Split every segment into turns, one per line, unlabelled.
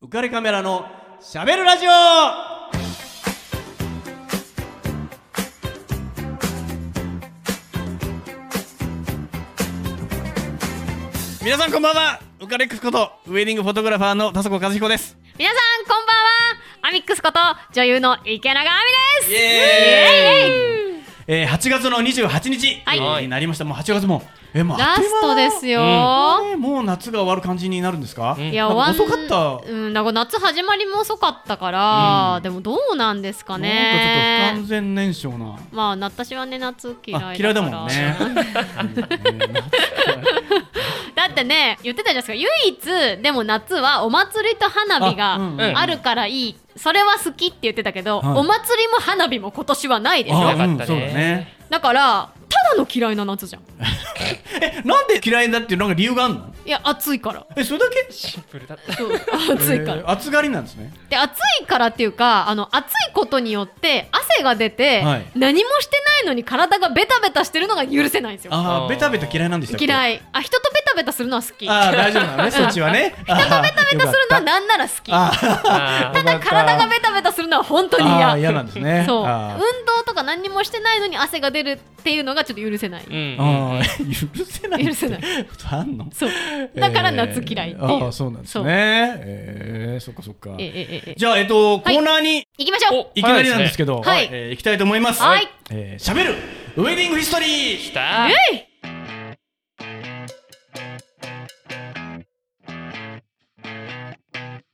浮かれカメラのしゃべるラジオ皆さんこんばんは浮かれくことウェディングフォトグラファーの田底和彦です
皆さんこんばんはアミックスこと女優の池永亜美です
イエーイ
イエーイ
えー、8月の28日、
はい
えーになりましたもう8月もえーもうあっ
ラ
という
ス
間
トですよ、
ねもう夏が終わる感じになるんですか、
いや
なんか
終わん
遅かった
うん、だから夏始まりも遅かったから、でもどうなんですか
なんかちょっと不
ね
完全燃焼な
まあ私はね夏嫌いだから
あ嫌いだもんね
だってね言ってたじゃないですか唯一でも夏はお祭りと花火
あうん
が
うん
あるからいい、それは好きって言ってたけど、
はい
お祭りも花火も今年はないでし
あ
ょ
かったね
うんそうだね
だからただの嫌いな夏じゃん
えなんで嫌いだっていうなんか理由があるの
いや暑いから
えそれだけ
シンプルだった。
そう暑いから
え、ー暑がりなんですね
で暑いからっていうかあの暑いことによって汗が出て、
はい
何もしてないのに体がベタベタしてるのが許せないんですよ
ああ
あー
ベタベタ嫌いなんでしたっけ
嫌
い
いあ人とベタベタするのは好き
ああ大丈夫 なのねそっちはね人とベタ
ベタベタするのはなんなら好き
あーよかった
あ
あ
ー
ただ体がベタベタするのは本当に
あー
嫌
嫌なんですね
そう
あ
運動とか何にもしてないのに汗が出るっていうのがちょっと許せない、
うん
ーあー許せない
許せない
ってことあんの
そうだから夏嫌いっていう、
えーああそうなんです
そう
ねえーそっかそっか
ええええええ
じゃあえっとコーナーに
行きましょう
お
いきなりなんですけど、
はいはい
えー行きたいと思います。
はい
えー、しゃべるウェディングヒストリー。
来た。
えい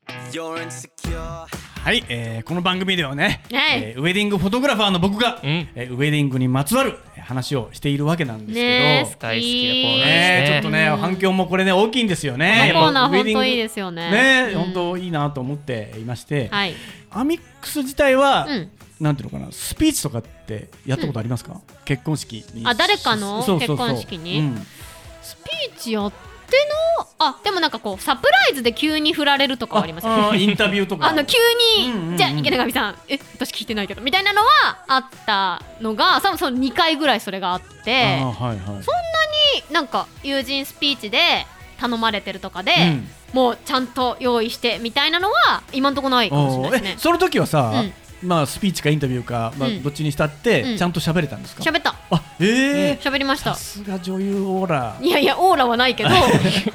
はい、えーこの番組ではね、
はい
えーウェディングフォトグラファーの僕が、
うん
えーウェディングにまつわるえー話をしているわけなんですけど。
ねえ好き
大好きなコーナー
ねえちょっとね、
うん
反響もこれね大きいんですよね。
このコーナー
やっぱウェディング
本当いいですよね
ねえ、
うん
本当いいなと思っていまして、
はい
アミックス自体は、
うん
なんていうのかな、スピーチとかってやったことありますか？結婚式に。
あ誰かの
そうそうそう
結婚式に
うん
スピーチやってのあでもなんかこうサプライズで急に振られるとかはありますよね
あーインタビューとか。
あの急に、
うんうんうん
じゃあ池永美さんえ私聞いてないけどみたいなのはあったのが多分その2回ぐらいそれがあって
あーはいはい。
なんか友人スピーチで頼まれてるとかで、
うん
もうちゃんと用意してみたいなのは今んとこないかもしれない
お
で
ー
すね
えその時はさ、まあスピーチかインタビューか、まあ
うん
どっちにしたって、
うん
ちゃんと喋れたんですか。
喋った
あ、ええ
喋りまし
さ
た
すが女優オーラ。
いやいやオーラはないけど 急に振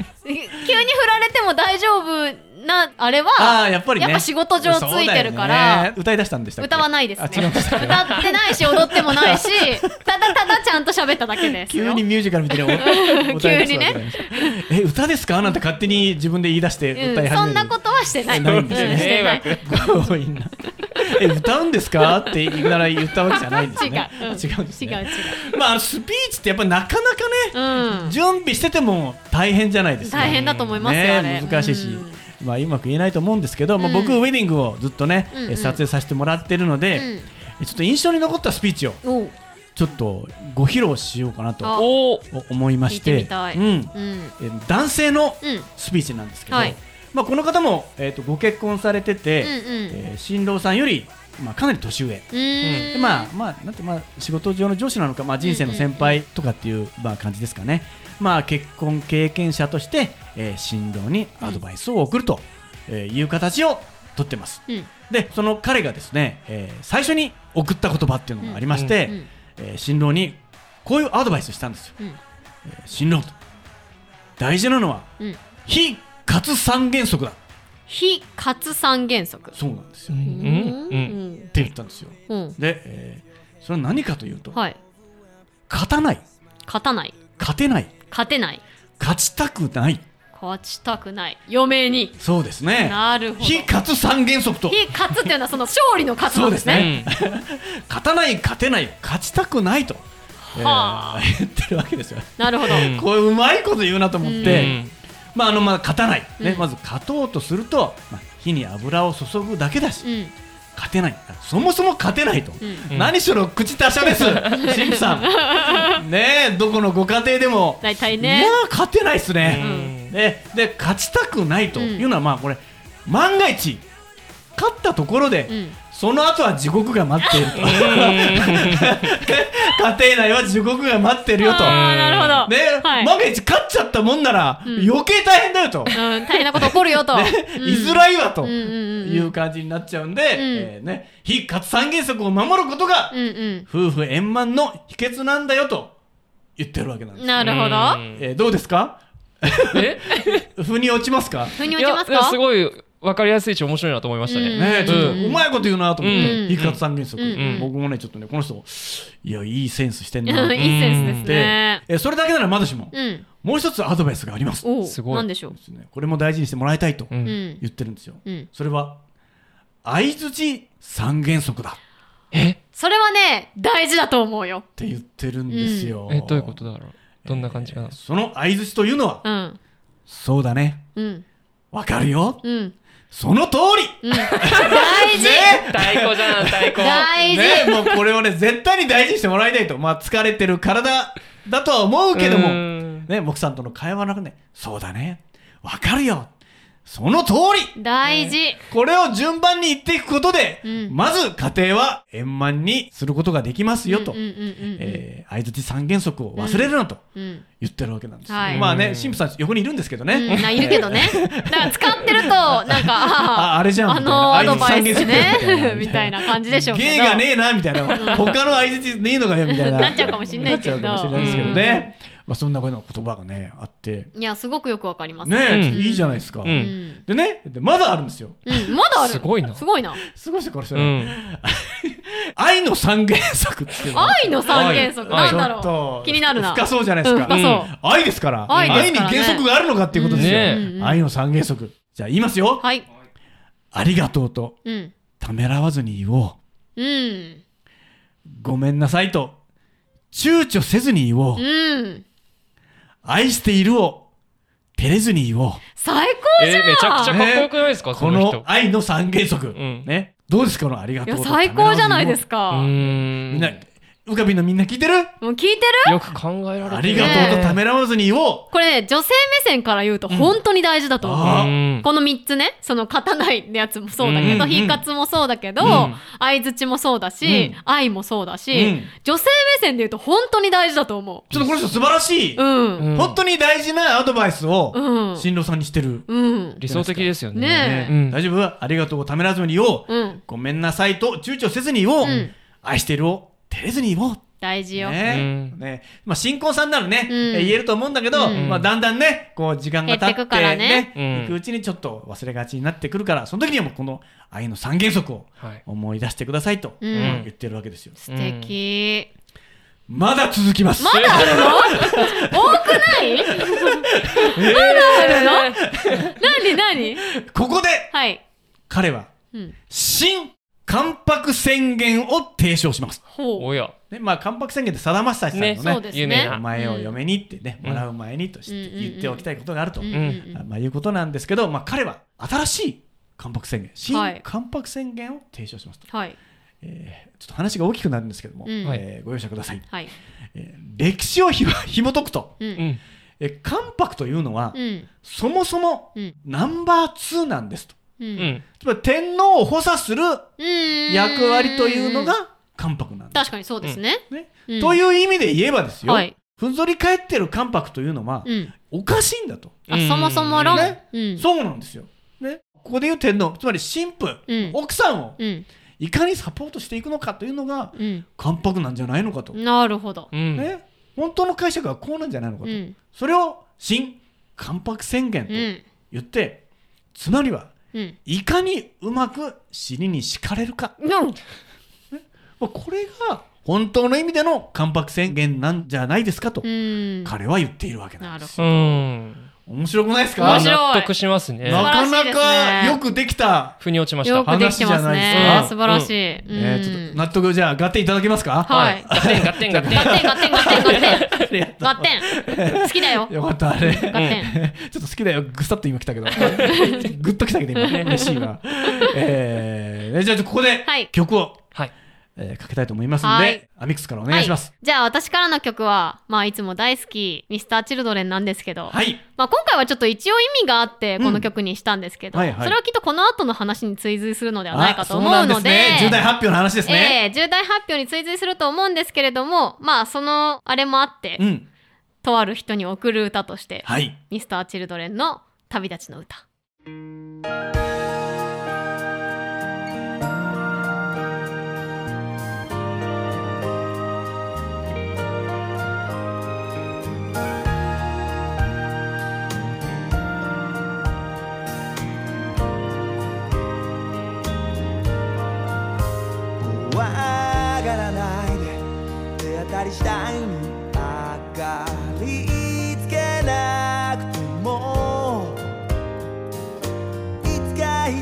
られても大丈夫なあれは
ああやっぱりね。
やっぱ仕事上ついてる
そ
から
うだよね歌い出したんでしたっけ。
歌はないですね
あ違うんですか
歌ってないし踊ってもないし ただただちゃんと喋っただけです
急
よ
にミュージカルみたいなお
急
歌い出した
に
わ
ね
けじゃないですか。え歌ですかなんて勝手に自分で言い出して歌い始め
うん、
る。
そんなことはしてない。
ないんですね
うんしてない。
と。いな。え歌うんですかって言いながら言ったわけじゃないんです
違う
ね。
う
違
ん
うんですね。
違う違
まあスピーチってやっぱなかなかね。
う。うん。
準備してても大変じゃないですか
大変だと思いますよ、あれ
ね、難しいし、まあ、うまく言えないと思うんですけど、まあ、僕
うん
ウェディングをずっとね、
うんうん
え撮影させてもらってるので、ちょっと印象に残ったスピーチを
うん。おう
ちょっとご披露しようかなと
あ
おお。
思いまし
聞い
て
てみたい
うん
うん。
え男性の
うん。
スピーチなんですけど、
はい
まあ、この方も、えー、とご結婚されてて、
うんうん
えー新郎さんより、まあ、かなり年上。
うー
で
ん。
まあまあなんてまあ仕事上の上司なのかまあ人生の先輩とかっていうまあ感じですかね。まあ結婚経験者として、えー、新郎にアドバイスを送るとえーいう形をとってます。
うん。
でその彼がですね、えー最初に送った言葉っていうのがありまして、
うんうん
えー新郎にこういうアドバイスをしたんですよ。
うん。
えー新郎大事なのは
うん。
非活三原則だ。
非活産原則。
そうなんですよ。
う
っ
うん
うん。
ん。
て言ったんですよ。
うん。
で、えーそれは何かというと、
はい。
勝たない
勝たない。
勝てない
勝てない。
勝ちたくない
勝ちたくない。余命に。
そうですね
なるほど。
非勝三原則と
非勝つっていうのはその勝利の勝つなんです
そうです
ね。
ね勝たない勝てない勝ちたくないと、えー
はあ
言ってるわけですよ、
なるほど。
うん
これうまいこと言うなと思って、
うん
まああのまあ勝たない、ね
うん
まず勝とうとすると、まあ、火に油を注ぐだけだし、
うん。
勝てないそもそも勝てないと、
うん
何しろ口達者です神父さんねえどこのご家庭でも、
大体
い
ね
や。ー勝てないっすね、
うん
でで勝ちたくないというのは、まあこれ万が一勝ったところで、
うん
その後は地獄が待っていると 家庭内は地獄が待ってるよと
あーなるほど。
ね、
はい
万が一勝っちゃったもんなら、余計大変だよと、
うん、大変なこと起こるよと。うん
いづらいわと
うんうんうんうん
いう感じになっちゃうんで、
ん
えーね、非勝三原則を守ることが、
うん
夫婦円満の秘訣なんだよと言ってるわけなんで
うん。
す、
なるほど。
えーどうですか
え
腑に落ちますか、
ふに落ちます
いや
か
すごい分かりやすいし面白いなと思いましたね。
うん
ねえちょっと
うん
うまいこと言うなと思って、
うん
非活三原則、
うん
僕もねちょっとねこの人いやいいセンスしてん
いい
なって、
センスですね。
えーそれだけならまだしも、
うん。
もう一つアドバイスがあります
おう
すごい
なんでしょう。
これも大事にしてもらいたいと
う
う
んん。
言ってるんですよ、
うん。
それは相槌三原則だっ
え
それはね、大事だと思うよ。
て言ってるんですよ、
えどういうことだろうどんな感じかな、
えーその相槌というのは、
うん。
そうだね
うん。
わかるよ、
うん。
その通り、
大事
ね
太鼓じゃん太鼓
大事
ねもうこれをね絶対に大事にしてもらいたいとまあ疲れてる体だとは思うけども、
うん
ね、木さんとの会話の中で、そうだね、わかるよ、その通り、
大事
これを順番に言っていくことで、
うん
まず家庭は円満にすることができますよと、
うんうんうんうん
えー、相槌三原則を忘れるなと
うん。
言ってるわけなんですよ、
はい
まあね、神父さん横にいるんですけどね。
うんないるけどね。だから使ってると、なんか、あ
ああれじゃん
あのアドバイス
相槌三原
ね
則。
みたいな感じでしょうけど。
芸がねえなみたいな他の相槌ねえのかよみたいな
なっちゃうかもしんないけど
っちゃうかもしれないですけどね、まあ、そんなこういうの言葉がねあって
いや、すごくよくわかります
ねえ、
うん
いいじゃないですか、
う
うんん。
でねでまだあるんですよ
うん。まだある。
すごいな
すごいな。
すごいですよこれ、
うん
愛の三原則っていうのが
愛の三原則、
愛
なんだろ
ちょっと
う。気になるな。
深そうじゃないですか、
うん深
う
そ
愛ですから
愛です
に
からね
原則があるのかっていうことですよ、
ね
え
愛の三原則じゃあ言いますよ、
う。はい。
ありがとうと
うん。
ためらわずに言おう
うん。
ごめんなさいと躊躇せずに言おう、
うん。
愛しているを照れずに言おう
最高
え
じゃん、
ーめちゃくちゃかっこよくないですか、
こ
その人
の愛の三原則、
ん
ねどうですかこのありが
い
とうと
や、最高じゃないです
か
う
か。
ーん
みんなうかびのみんな聞いてる
もう聞いてる
よく考えられてる
ありがとうとためらわずに言おう
これね、女性目線から言うと本当に大事だと思う。
あ
うん
この3つね、その勝たないやつもそうだけ
うんう
ど、
ん
非活もそうだけど
うん、
相づちもそうだし、愛もそうだし
うん、
女性目線で言うと本当に大事だと思
ちょっとこの人素晴らしい、
う。うん。
本当に大事なアドバイスを
うん
新郎さんにしてる、
うん。
理想的ですよね
ねえ
うん
大丈夫ありがとうをためらずに言おう、
うん。
ごめんなさいと躊躇せずに言おう、
うん
愛してるを照れずに言おう
大事よ。
ね
うん
ねまあ、新婚さんならね、
うん
え言えると思うんだけど、
うん
まあ、だんだんねこう時間が経って
減ってくからね
うん
いくうちにちょっと忘れがちになってくるからその時にはもうこの愛の三原則を
はい
思い出してくださいと
うん
言ってるわけですよ、
素敵。
まだ続きます、
まだあるの多くないまだあるの何何
ここで
はい。
彼は
うん。
新関白宣言を提唱します、
ほう。
おや
ねまあ、関白宣言ってさだまさしさんのね
ね
そうです
有名
ね
な。
お前を嫁にってね、
うん
もらう前にと知って
うん
言っておきたいことがあると、
うんうん
まあ、いうことなんですけど、まあ、彼は新しい関白宣言
は
新
い
関白宣言を提唱しますと、
はい。
えーちょっと話が大きくなるんですけども、
うん
えーご容赦ください、
はい。
えー歴史をひも 紐解くと、
う。
うんん
えー関白というのは、
うん。
そもそも
うん
ナンバー2なんですと
う。
うんん
つまり天皇を補佐する
うん
役割というのが関白なんです、
確かにそうですね。
ね
うん
という意味で言えばですよ、
はい
ふんぞり返ってる関白というのは、
うん。
おかしいんだと、
あ、そもそも論。
ね
うん。
そうなんですよ、ね、ここで言う天皇つまり神父、
うん
奥さんを
うん。
いかにサポートしていくのかというのが
うん。
関白なんじゃないのかと、
なるほど。
うん
ね、本当の解釈はこうなんじゃないのか
う
と、
ん。
それを新関白宣言と
うん。
言って、つまりは
うん。
いかにうまく尻に敷かれるか、
うん。
まあこれが本当の意味での関白宣言なんじゃないですかと、
うん。
彼は言っているわけなんですよ。
うん
面白くないです
面
か
白い
納得しますね
なか
素
な
晴らしいですね
かよくできた、
腑に落ちました
よくできてます
話じ
ね。素
ゃ
晴
ない
ら
です
しい。う
ねちょっ
ん
と。納得をじゃあ合点いただけますか、
はい。
ガッテンガッテンガッテン
ガッテンガッテンガッテンガッ
あり
テン。
がとう
ガッテン。好きだ よ。
よかったあれ、
ガッテン。
ちょっと好きだよ、ぐさっと今来たけど、 ぐっと来たけど、今、嬉しいわ。えー、じゃあ、ここで
はい
曲を、
はい
えーかけたいと思いますので、
はい
アミックスからお願いします。
じゃあ私からの曲は、まあいつも大好き、ミスターチルドレンなんですけど、
はい。
まあ今回はちょっと一応意味があって
うん
この曲にしたんですけど、
はいはい
それはきっとこの後の話に追随するのではないかと思
あそうなんで
の
す
で、
ね。重大発表の話ですね。
ええ重大発表に追随すると思うんですけれども、まあそのあれもあって、
うん。
とある人に送る歌として、
はい。
ミスターチルドレンの旅立ちの歌。
怖がらないで手当たり次第に明かりつけなくてもいつか一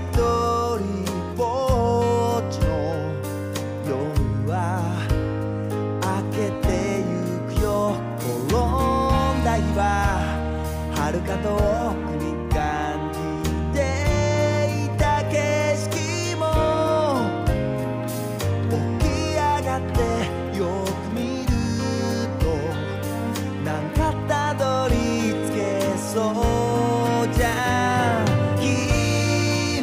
人ぼっちの夜は明けてゆくよ転んだ日は遥か遠くに感じていた景色も起き上がってよく見るとなんかたどり着けそうじゃん君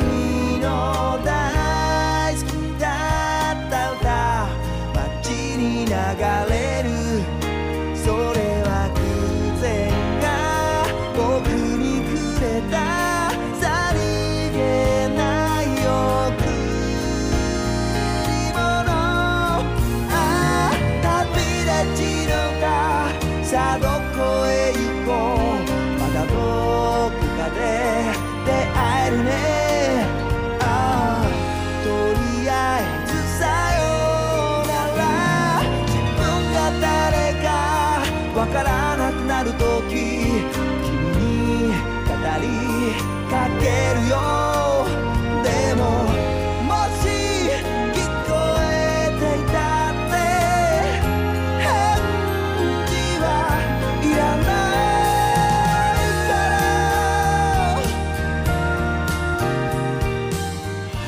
の大好きだった歌街に流れるそれは偶然が僕にくれたさりげない贈贈り物ああ旅立ちの歌さあどこへ行こうまたどこかで出会えるねああとりあえずさようなら自分が誰かわからなくなるとき君に語りかけるよでももし聞こえていたって返事はいら
は
ないから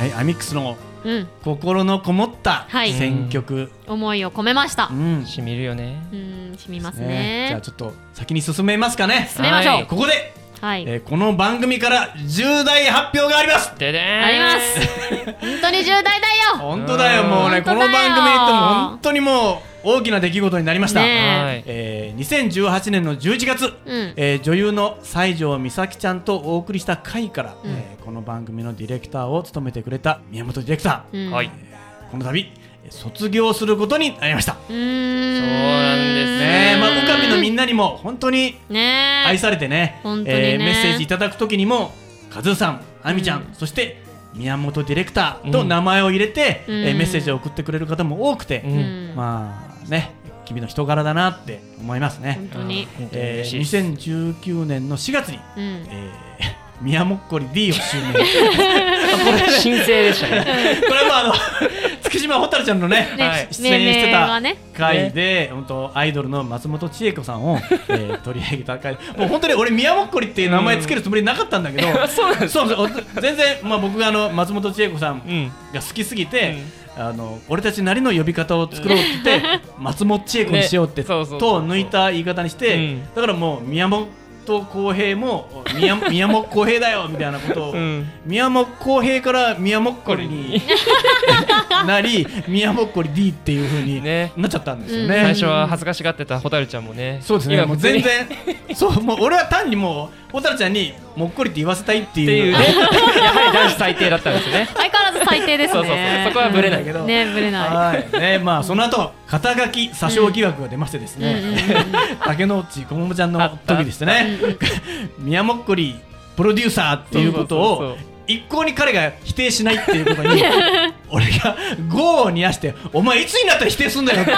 い。アミックスの
うん、
心のこもった
はい
選曲。
思いを込めました
う。ん。
しみるよね。
うん、染みます
ねじゃあ
ね。
ちょっと先に進めますかね。
進めましょう
はい
ここで、
はい。
えーこの番組から重大発表があります
ででーん
あり ます。本当に重大だよ。
本当だよ、もうね、こ
本当
の
だ
番
よ
組ってもう本当にもう大きな出来事になりました。
ね
はい。
えー2018年の11月、
うん。
えー女優の西条美咲ちゃんとお送りした回から、
うん
えーこの番組のディレクターを務めてくれた宮本ディレクタ
う
ー、
ん、
はい。
この度えー卒業することになりました。
うーん。
そうなんです
ねえ、まあ、おかみのみ
ん
んなにも本当に
な。ねえ。
愛されてね、
本当にね
えーメッセージいただくときにも、カズーさん、あみちゃん、
うん
そして宮本ディレクターと名前を入れて、
うん
えーメッセージを送ってくれる方も多くて、
うん
うん。
まあね、君の人柄だなって思いますね
本。当に。
本当に
え
嬉しいです。
ー、2019年の4月に、
うん。
えー、 宮もっこり D を襲名。
申請でしたね。
これもあの 月島蛍ちゃんのね、
ね
はい出演して
命名
た
がね
回で、本当アイドルの松本千恵子さん を、えー取り上げた回もう本当に俺宮もっこりっていう名前つけるつもりなかったんだけ ど、
そうなんです。
そうそうお全然、まあ、僕があの松本千恵子さん
うん。
が好きすぎて、あの俺たちなりの呼び方を作ろうって 言って、松本千恵子にしようって、
ねそうそうそ
と
う
抜いた言い方にして、
うん
だからもう宮本浩平も宮 宮本浩平だよみたいなことを、
うん。
宮本浩平から宮本こり になり宮本こり D っていう風に
ね
なっちゃったんですよね。
うん
最初は恥ずかしがってた蛍ちゃんもね。
そうですね
今
もう全。然そうもう俺は単にもう蛍ちゃんにもっこりって言わせたいって
って
い
いうう ね。やはり男子最低だったんですね。
相変わらず最低です ね。
そうそうそうそこはブレない
けど
ね、ブレない。
はいねまあその後肩書き詐称疑惑が出ましてです
うんうんうん
ね、 竹之内こももちゃん
あ
の
った
時でしたね宮もっこりプロデューサーっていうこと
そうそう
を
そう
一向に彼が否定しないっていうこと に俺が業を煮やして「お前いつになったら否定すんだよ」っ て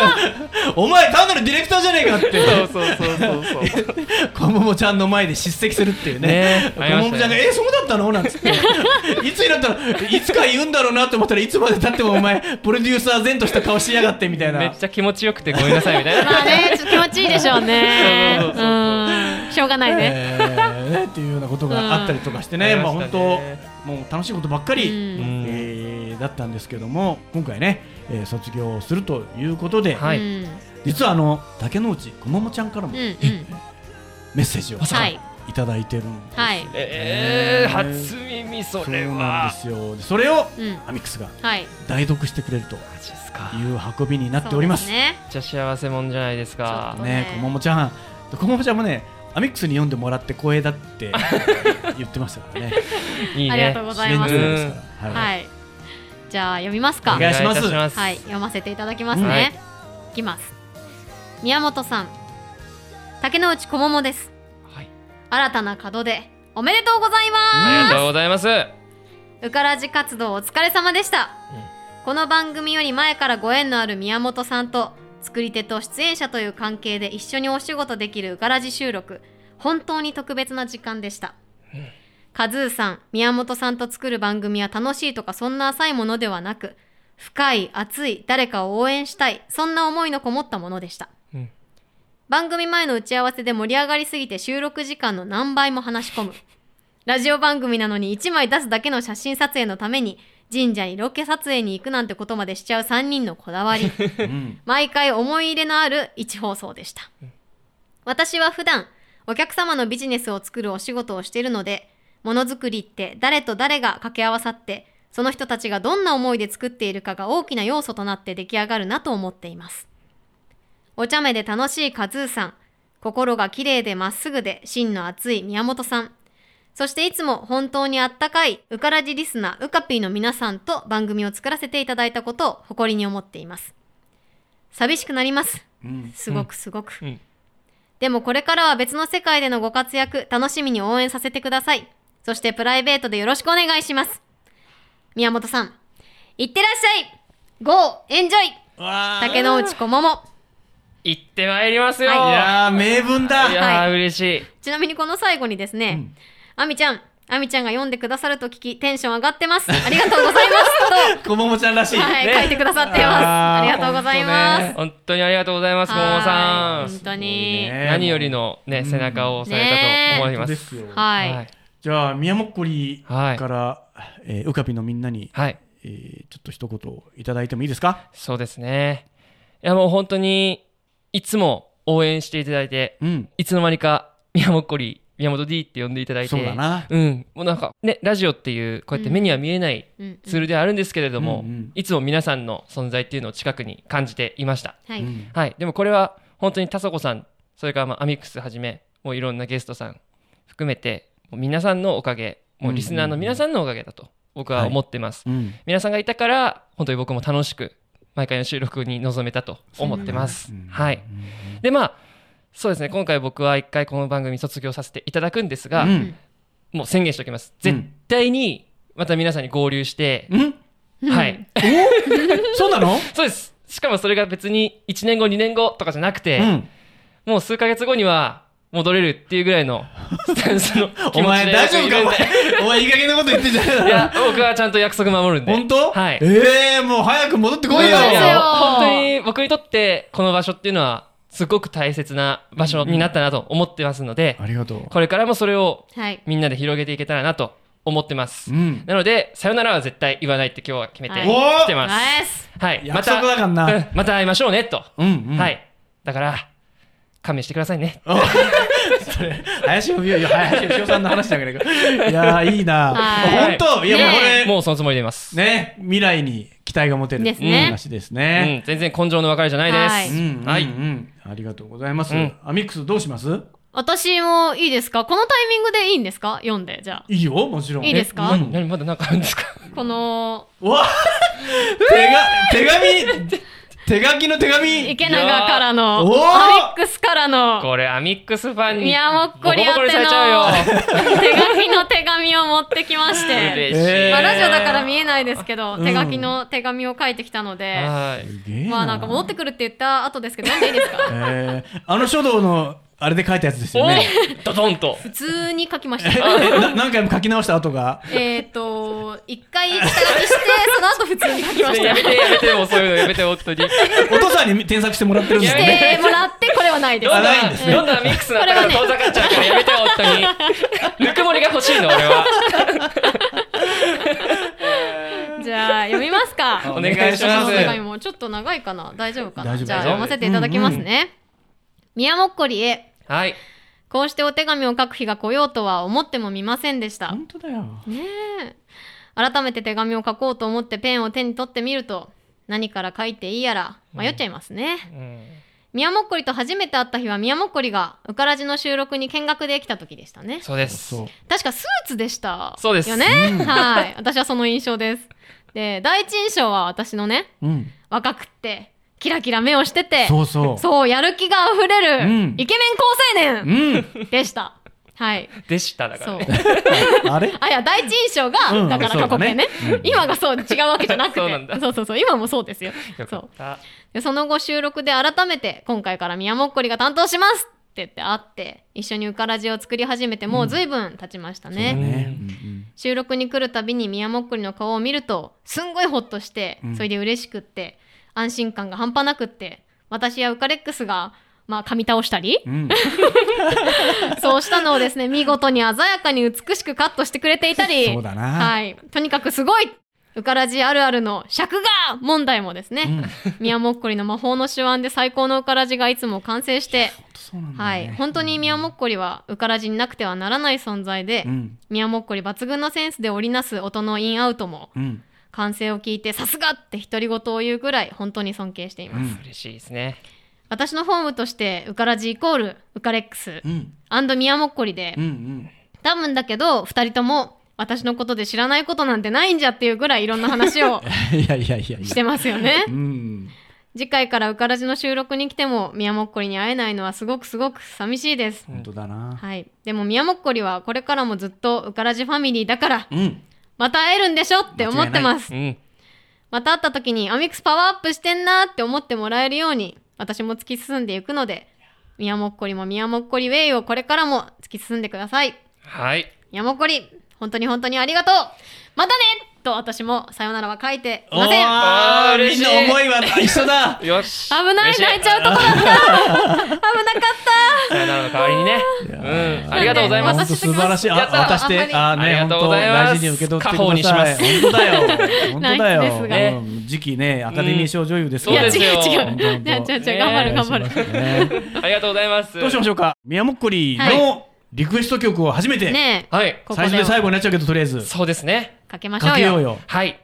「お前単なるディレクターじゃねえか」って
そうそうそうそうそう。
こももちゃんの前で叱責するっていうね
ね
こももちゃんが「
ありま
え
したね
そうだったの?」なんつって いつになったらいつか言うんだろうなと思ったらいつまでたってもお前プロデューサー前とした顔しやがってみたいな
めっちゃ気持ちよくてごめんなさいみたい
まあ
な。
ね、ちょっと気持ちいいでしょうね。
そうそうそうそう
うん。しょうがないね。
えーねっていうようなことがあったりとかしてね、
う
ま
ん
あ
ありま
本
した
当
ね
もう楽しいことばっかり、
うん
えーーだったんですけども今回ね、えー卒業するということで、
はい
うんうん
実はあの竹之内こももちゃんからも
う
メ
ん
ッセージを
はい
いただいてるんです、
はい
えー、
ね
初耳
そ
そ
う
れ
なん
は
ですよでそれを
うん
アミックスが
はい
代読してくれるという
マジっすか
運びになっております
そうでね
めっちゃ幸せもんじゃないですか
すね
ねこももちゃんこももちゃんもねアミックスに読んでもらって光栄だって 言ってましたからね
いいね
ありがとうございます
自然に読んでますからはい
はいじゃあ読みます
お
か
願いします
お願いいた
はい、読ませていただきますね。
はい
い、きます。宮本さん、竹之内小桃です。
はい
新たな門出、おめでとうござい
ありがと
ま
うございます
す。うからじ活動お疲れ様でした。この番組より前からご縁のある宮本さんと作り手と出演者という関係で一緒にお仕事できるうからじ収録本当に特別な時間でした、カズーさん宮本さんと作る番組は楽しいとかそんな浅いものではなく深い熱い誰かを応援したいそんな思いのこもったものでした、
うん
番組前の打ち合わせで盛り上がりすぎて収録時間の何倍も話し込むラジオ番組なのに1枚出すだけの写真撮影のために神社にロケ撮影に行くなんてことまでしちゃう3人のこだわり
うん
毎回思い入れのある一放送でした私は普段お客様のビジネスを作るお仕事をしているのでものづくりって誰と誰が掛け合わさってその人たちがどんな思いで作っているかが大きな要素となって出来上がるなと思っていますお茶目で楽しいカズーさん心が綺麗でまっすぐで芯の熱い宮本さんそしていつも本当にあったかい、うからじリスナー、うかぴーの皆さんと番組を作らせていただいたことを誇りに思っています。寂しくなります。
うん
すごくすごく。
うん
でもこれからは別の世界でのご活躍、楽しみに応援させてください。そしてプライベートでよろしくお願いします。宮本さん、いってらっしゃい !GO! エンジョイ
わー
竹之内小桃。
行ってまいりますよ、
はい
いやー名文だ
いや
は
ー嬉しい
ちなみにこの最後にですね、あみちゃん、あみちゃんが読んでくださると聞き、テンション上がってます。ありがとうございます。
こももちゃんら しい、
と、はい、
ね
書いてくださってます。
あ
あ
ー
りがとうございます。
本当にありがとうございます小
は
桃
い
さん
本当に。
ね
何よりのね背中を押されたと思いま
ですすよ
はい、
はい
じゃあ宮もっこり
は
か
い
ら、えー、うかぴのみんなに、
はい
えーちょっと一言いただいてもいいですか
そうですねいやもう本当にいつも応援していただいて
うん
いつの間にか宮本こり宮本 D って呼んでいただいて
そうだな
うんもうなんかねラジオっていうこうやって目には見えない
うんうん
ツールではあるんですけれど
うんう
も、
ん
いつも皆さんの存在っていうのを近くに感じていました
は
う
い、
ん
はい、でもこれは本当に田底さん、それからまあアミックスはじめ、もういろんなゲストさん含めて、もう皆さんのおかげ、もうリスナーの皆さんのおかげだと僕は思ってます。
うん
皆さんがいたから、本当に僕も楽しく、毎回の収録に臨めたと思ってます。
うん
はい。で、まあ、そうですね、今回僕は一回この番組卒業させていただくんですが、
うん
もう宣言しておきます。
うん
絶対に、また皆さんに合流して、
うん
はい。
そうなの
そうです。しかもそれが別に1年後、2年後とかじゃなくて、
うん
もう数ヶ月後には戻れるっていうぐらい のスタンスの気
お
持ち
前
で
大丈夫かお
僕いるんで
前 お前いい加減なこと言ってんじゃねえ
い
だろ
や、僕はちゃんと約束守るんで。
本当
はい。
ええもう早く戻ってこい
当
よ
で
いやいや
すよ
本当に僕にとってこの場所っていうのはすごく大切な場所になったなと思ってますので、
ありがとう
これからもそれを
はい、
みんなで広げていけたらなと思ってます。
うん
なので、さよならは絶対言わないって今日は決めて
はい
きてます。
ナイス
はい。
約束だから
また、う
なん
また会いましょうねと。
うんうん
はい。だから、勘弁してくださいね。
林文雄いや林文雄さんの話だけどいやーいいな
は
本
い
当いやもうこれ
もうそのつもりでいます。
ね未来に期待が持てる
ですね
話ですね。
うん、全然根性の別れじゃないです。
はい
うんうんうん
はい
ありがとうございます。
うん
アミックスどうします
私もいいですかこのタイミングでいいんですか読んで、じゃあ。
いいよもちろん。
いいですか
う
何
ん
何まだなんかあるんですか
この、
わあ手が手紙手書きの手紙
池永からの、ア
い
ミ
やーおー
ックスからの、
これアミックスファンに
宮もっこり
ボ
あ
コ
て
ボコにされちゃうよ
の、手書きの手紙を持ってきまして。
嬉しい、
えー
まあ、ラジオだから見えないですけど、
うん
手書きの手紙を書いてきたので、
はい
すげえ
まあなんか戻ってくるって言った後ですけど、読んでいいです か
えーあの書道のあれで書いたやつですよね。
お ドドンと
普通に書きまし
え
た。
な何回も書き直した後が。
えっと、一回下書きして、その後普通に書きました。
やめてやめてもうそういうのやめて本当に
お父さんに添削してもらってるんで
し
す
やめ
ね。
てもらって、これはないです。
どん
ないん
な
ですね
どんなアミックスだったら
これは
遠ざかっちゃうからやめてよ本当にぬくもりが欲しいの俺は
じゃあ、読みまゃあ
お願いします
私のお願いもちょっと長いかな大丈夫かな
大丈夫
じゃあ
大丈
読
夫
ませていただきますね、宮もっこりへ
はい。
こうしてお手紙を書く日が来ようとは思ってもみませんでした
本当だよ
ねえ改めて手紙を書こうと思ってペンを手に取ってみると何から書いていいやら迷っちゃいますね、
うん
宮もっこりと初めて会った日は宮もっこりがうからじの収録に見学で来た時でしたね
そうです。
そう
確かスーツでした
そうです
よね、はい私はその印象ですで第一印象は私のね
うん
若くってキラキラ目をしてて
そうそう
そうやる気があふれる、
うん
イケメン好青
うん
年でしたはい
でしただか
そ
ら
う
ね。
あれ
あいや第一印象が、
うん
だから過去形ね
そうだねうん
今がそう違うわけじゃなくて
そうなんだ
そうそうそう今もそうですよ
よか
そう
った。
でその後収録で改めて今回から宮もっこりが担当しますって言って会って一緒にうからじを作り始めてもう随分経ちましたね,、
そうだね
うん
収録に来るたびに宮もっこりの顔を見るとすんごいほっとして、
うん
それで嬉しくって安心感が半端なくって私やウカレックスがまあ噛み倒したり
うんうん
そうしたのをですね、見事に鮮やかに美しくカットしてくれていたり、
そうだな
はい。とにかくすごいウカラジあるあるの尺が問題もですね、宮もっこりの魔法の手腕で最高のウカラジがいつも完成して、
そうなんだ
は
よ
い。
ね
本当に宮もっこりはウカラジになくてはならない存在で、
うん
宮もっこり抜群のセンスで織りなす音のインアウトも、
うん
完成を聞いてさすがって独り言を言うぐらい本当に尊敬していま
う
す。
ん
嬉しいですね。
私のホームとしてウカラジイコールウカレックス
うん
宮もっこりで、
うん うん
多分だけど2人とも私のことで知らないことなんてないんじゃっていうぐらいいろんな話を
いやいやいやいや
してますよね
うん
次回から「うからじ」の収録に来ても宮もっこりに会えないのはすごくすごく寂しいです、
本当だな
はい、でも宮もっこりはこれからもずっと「うからじ」ファミリーだから
うん
また会えるんでしょって思ってます
うん。
また会った時にアミックスパワーアップしてんなーって思ってもらえるように私も突き進んでいくので宮もっこりも宮もっこりウェイをこれからも突き進んでください
はい。
やもこり、本当に本当にありがとう。またねと私もさよならは書いていません。危
あ
あ
あ
ー
み
嬉
ん
しい
な思いは一緒だ
よし。
ない、
嬉し
泣いちゃうとこだった。危なかっ
さよならの代わりにね。うん。ありがとうございます。
本当素晴らしい。あ
やった
渡して、あーね、
あり
本
がとう
当
ございます
大事に受け取ってください。
家
本当 だよ。本当だ
ナイスです
が
よ。うん次期ね、アカデミー賞女優です
た。
か
い
ら。
そう
や、
です
違
よ
う違
本
う。
当本当
違う違う違
ね
う。頑張る頑張る。
る。
ありがとうございます。
どうしましょうか。宮もっこりのリクエスト曲を初めて、
ねえ、
はい。
ここ
最初
で
で
は
最後になっちゃうけど、とりあえず、
そうですね。
かけましょ
か
う
けよう
よ。
よ。
はい。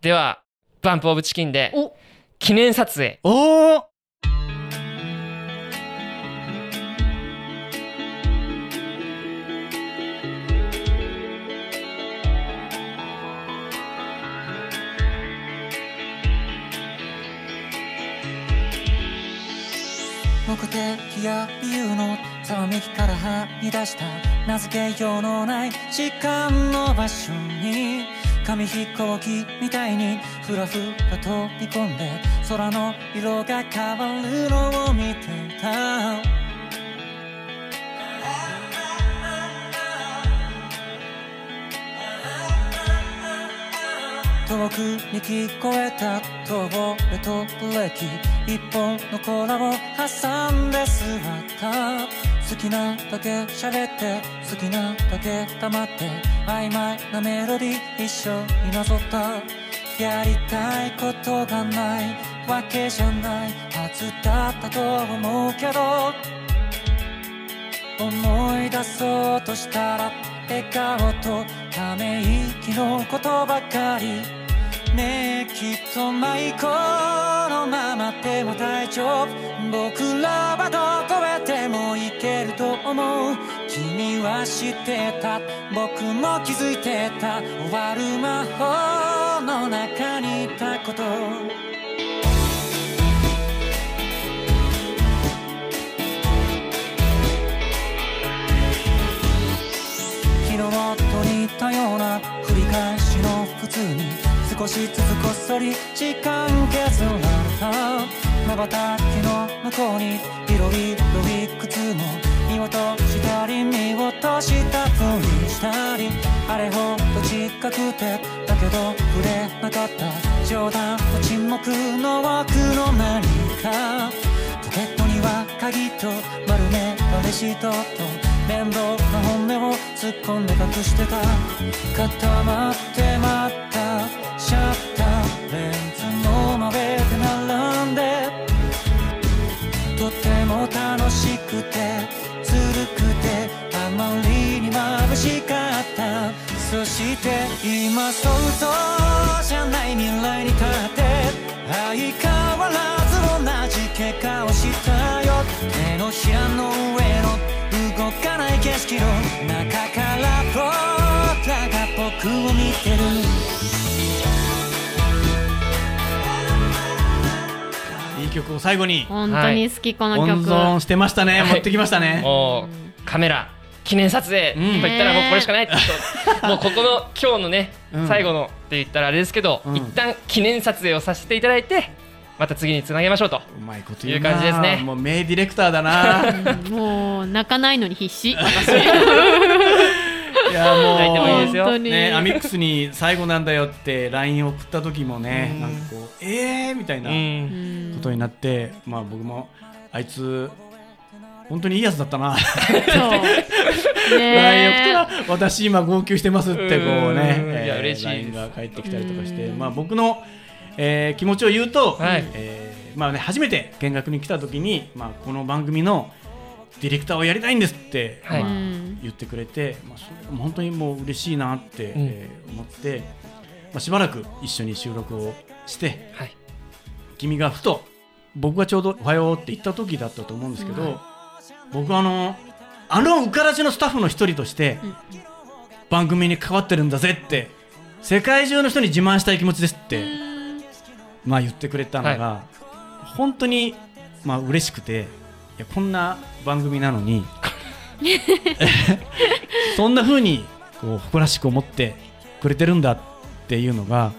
では、バンプオブチキンで
お
記念撮影。
おー
目的や理由のざわめきからはみ出した名付けようのない時間の場所に紙飛行機みたいにふらふら飛び込んで空の色が変わるのを見てた遠くに聞こえた遠れとブレーキ一本のコーラを挟んで座った好きなだけ喋って好きなだけ黙って曖昧なメロディー一緒になぞったやりたいことがないわけじゃないはずだったと思うけど思い出そうとしたら笑顔とため息のことばかりねえきっと迷子のままでも大丈夫僕らはどこへでも行けると思う君は知ってた僕も気づいてた終わる魔法の中にいたこと昨日と似たような繰り返しの普通に少しずつこっそり時間削られた瞬きの向こうにいろいろいくつも見落としたり見落としたふりしたりあれほど近くてだけど触れなかった冗談と沈黙の奥の何かポケットには鍵と丸めたレシートと面倒な本音を突っ込んで隠してた固まって待ったシャッターレンズ想像じゃない未来に立って相変わらず同じ結果をしたよ手のひらの上の動かない景色の中から僕らが僕を見てる
いい曲を最後に
本当に好き、この
温
曲。
存してましたね
はい
持ってきましたね
もうカメラ記念撮影と
うん
言ったらもうこれしかないってともうここの今日のね
うん
最後のって言ったらあれですけど、
うん
一旦記念撮影をさせていただいてまた次につなげましょうと
うまいこと言うな
いう感じですね
もう名ディレクターだな
うんもう泣かないのに必死。
いやもう
泣いてもいいですよ
本当に。
ね、アミックスに最後なんだよって LINE を送った時もね、なんかこう、えーみたいな
う
こ
ん
うん
とになって、まあ僕も、あいつ、本当にいいやつだったな、
そう。 ね
LINE 送ったら、私今号泣してますってこうね、
うんいや嬉しいです
LINE が返ってきたりとかして、まあ僕の、えー気持ちを言うと、
はい
えーまあね、初めて見学に来た時に、まあこの番組のディレクターをやりたいんですって、
はい
まあ
うん
言ってくれて、まあ、それがもう本当にもう嬉しいなって、
ん
えー思って、まあ、しばらく一緒に収録をして
はい
君がふと僕がちょうど「おはよう」って言った時だったと思うんですけど、僕はあのあのうからしのスタッフの一人として、
うん
番組に関わってるんだぜって世界中の人に自慢したい気持ちですって、まあ、言ってくれたのが、本当にまあ嬉しくていやこんな番組なの にそんな風にこう誇らしく思ってくれてるんだっていうのが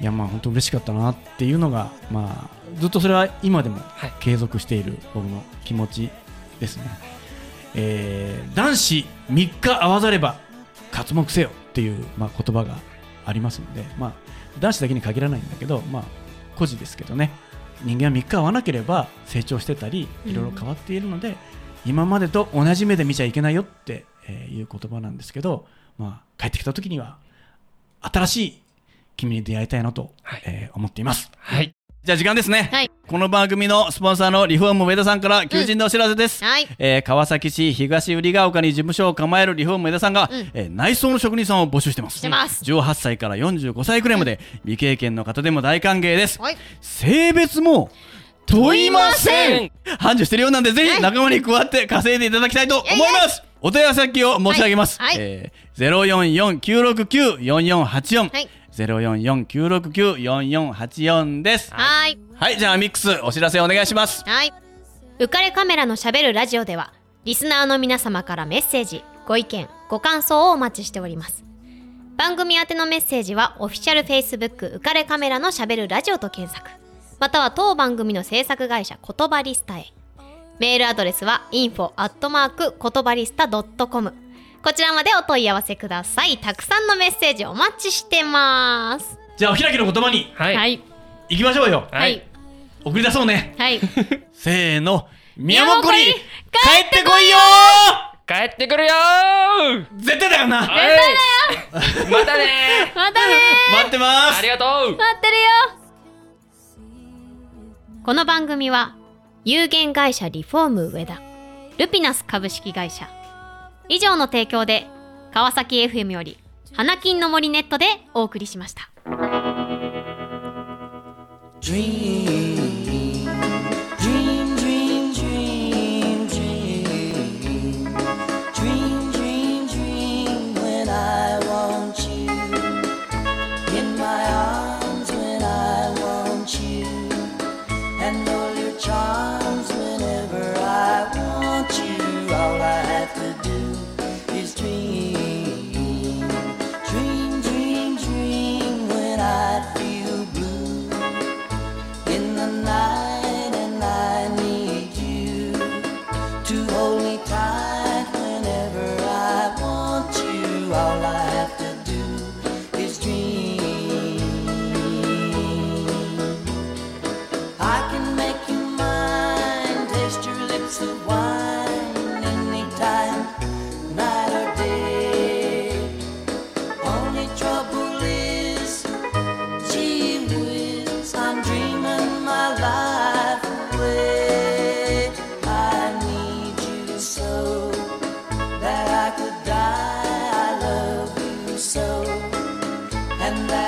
いやまあ本当嬉しかったなっていうのが、まあ、ずっとそれは今でも
はい
継続している僕の気持ちですね。えー男子3日合わざれば活目せよっていう、まあ、言葉がありますので、まあ、男子だけに限らないんだけど、まあ、個人ですけどね人間は3日合わなければ成長してたりいろいろ変わっているので、今までと同じ目で見ちゃいけないよってえーいう言葉なんですけど、まあ、帰ってきた時には新しい君に出会いたいなと、
はい
えー思っています。
はい
じゃあ時間ですね、
はい
この番組のスポンサーのリフォーム上田さんから求人のお知らせです、
はい。
えー川崎市東売ヶ丘に事務所を構えるリフォーム江田さんが、
うん
えー内装の職人さんを募集してます
してます
18歳から45歳くらいまで、未経験の方でも大歓迎です、
はい
性別も問いませ
問
ん繁盛してるようなんでぜひ仲間に加わって稼いでいただきたいと思いますお問い合わせ先を申し上げます、
はいはい
えー、044-969-4484、
はい
044-969-4484です
はい。
はいじゃあミックスお知らせお願いします
はい。浮かれカメラのしゃべるラジオでは、リスナーの皆様からメッセージ、ご意見、ご感想をお待ちしております。番組宛てのメッセージは、オフィシャル Facebook 浮かれカメラのしゃべるラジオと検索、または当番組の制作会社言葉リスタへ。メールアドレスは info アットマーク言葉リスタ .com こちらまでお問い合わせください。たくさんのメッセージお待ちしてます。
じゃあお開きの言葉に
はい
い。
行きましょうよ
は
はいい。
送り出そうね
はい。
せーの宮本こり
宮
帰
本こ
ってこいよ
帰ってくるよー
ー絶対だよな
はいまたねー
またねー
待ってま
あ
す
りがとう
待ってるよこの番組は有限会社リフォーム上田ルピナス株式会社以上の提供で川崎 FM より花金の森ネットでお送りしました。
Dream, dream, dream, dream, dream, dream, dream, dream. When I want you in my arms, when I want you, and all your charms. Whenever I want you, all I have to do is dream, dream, dream, dream. When I feel blue. In the
ら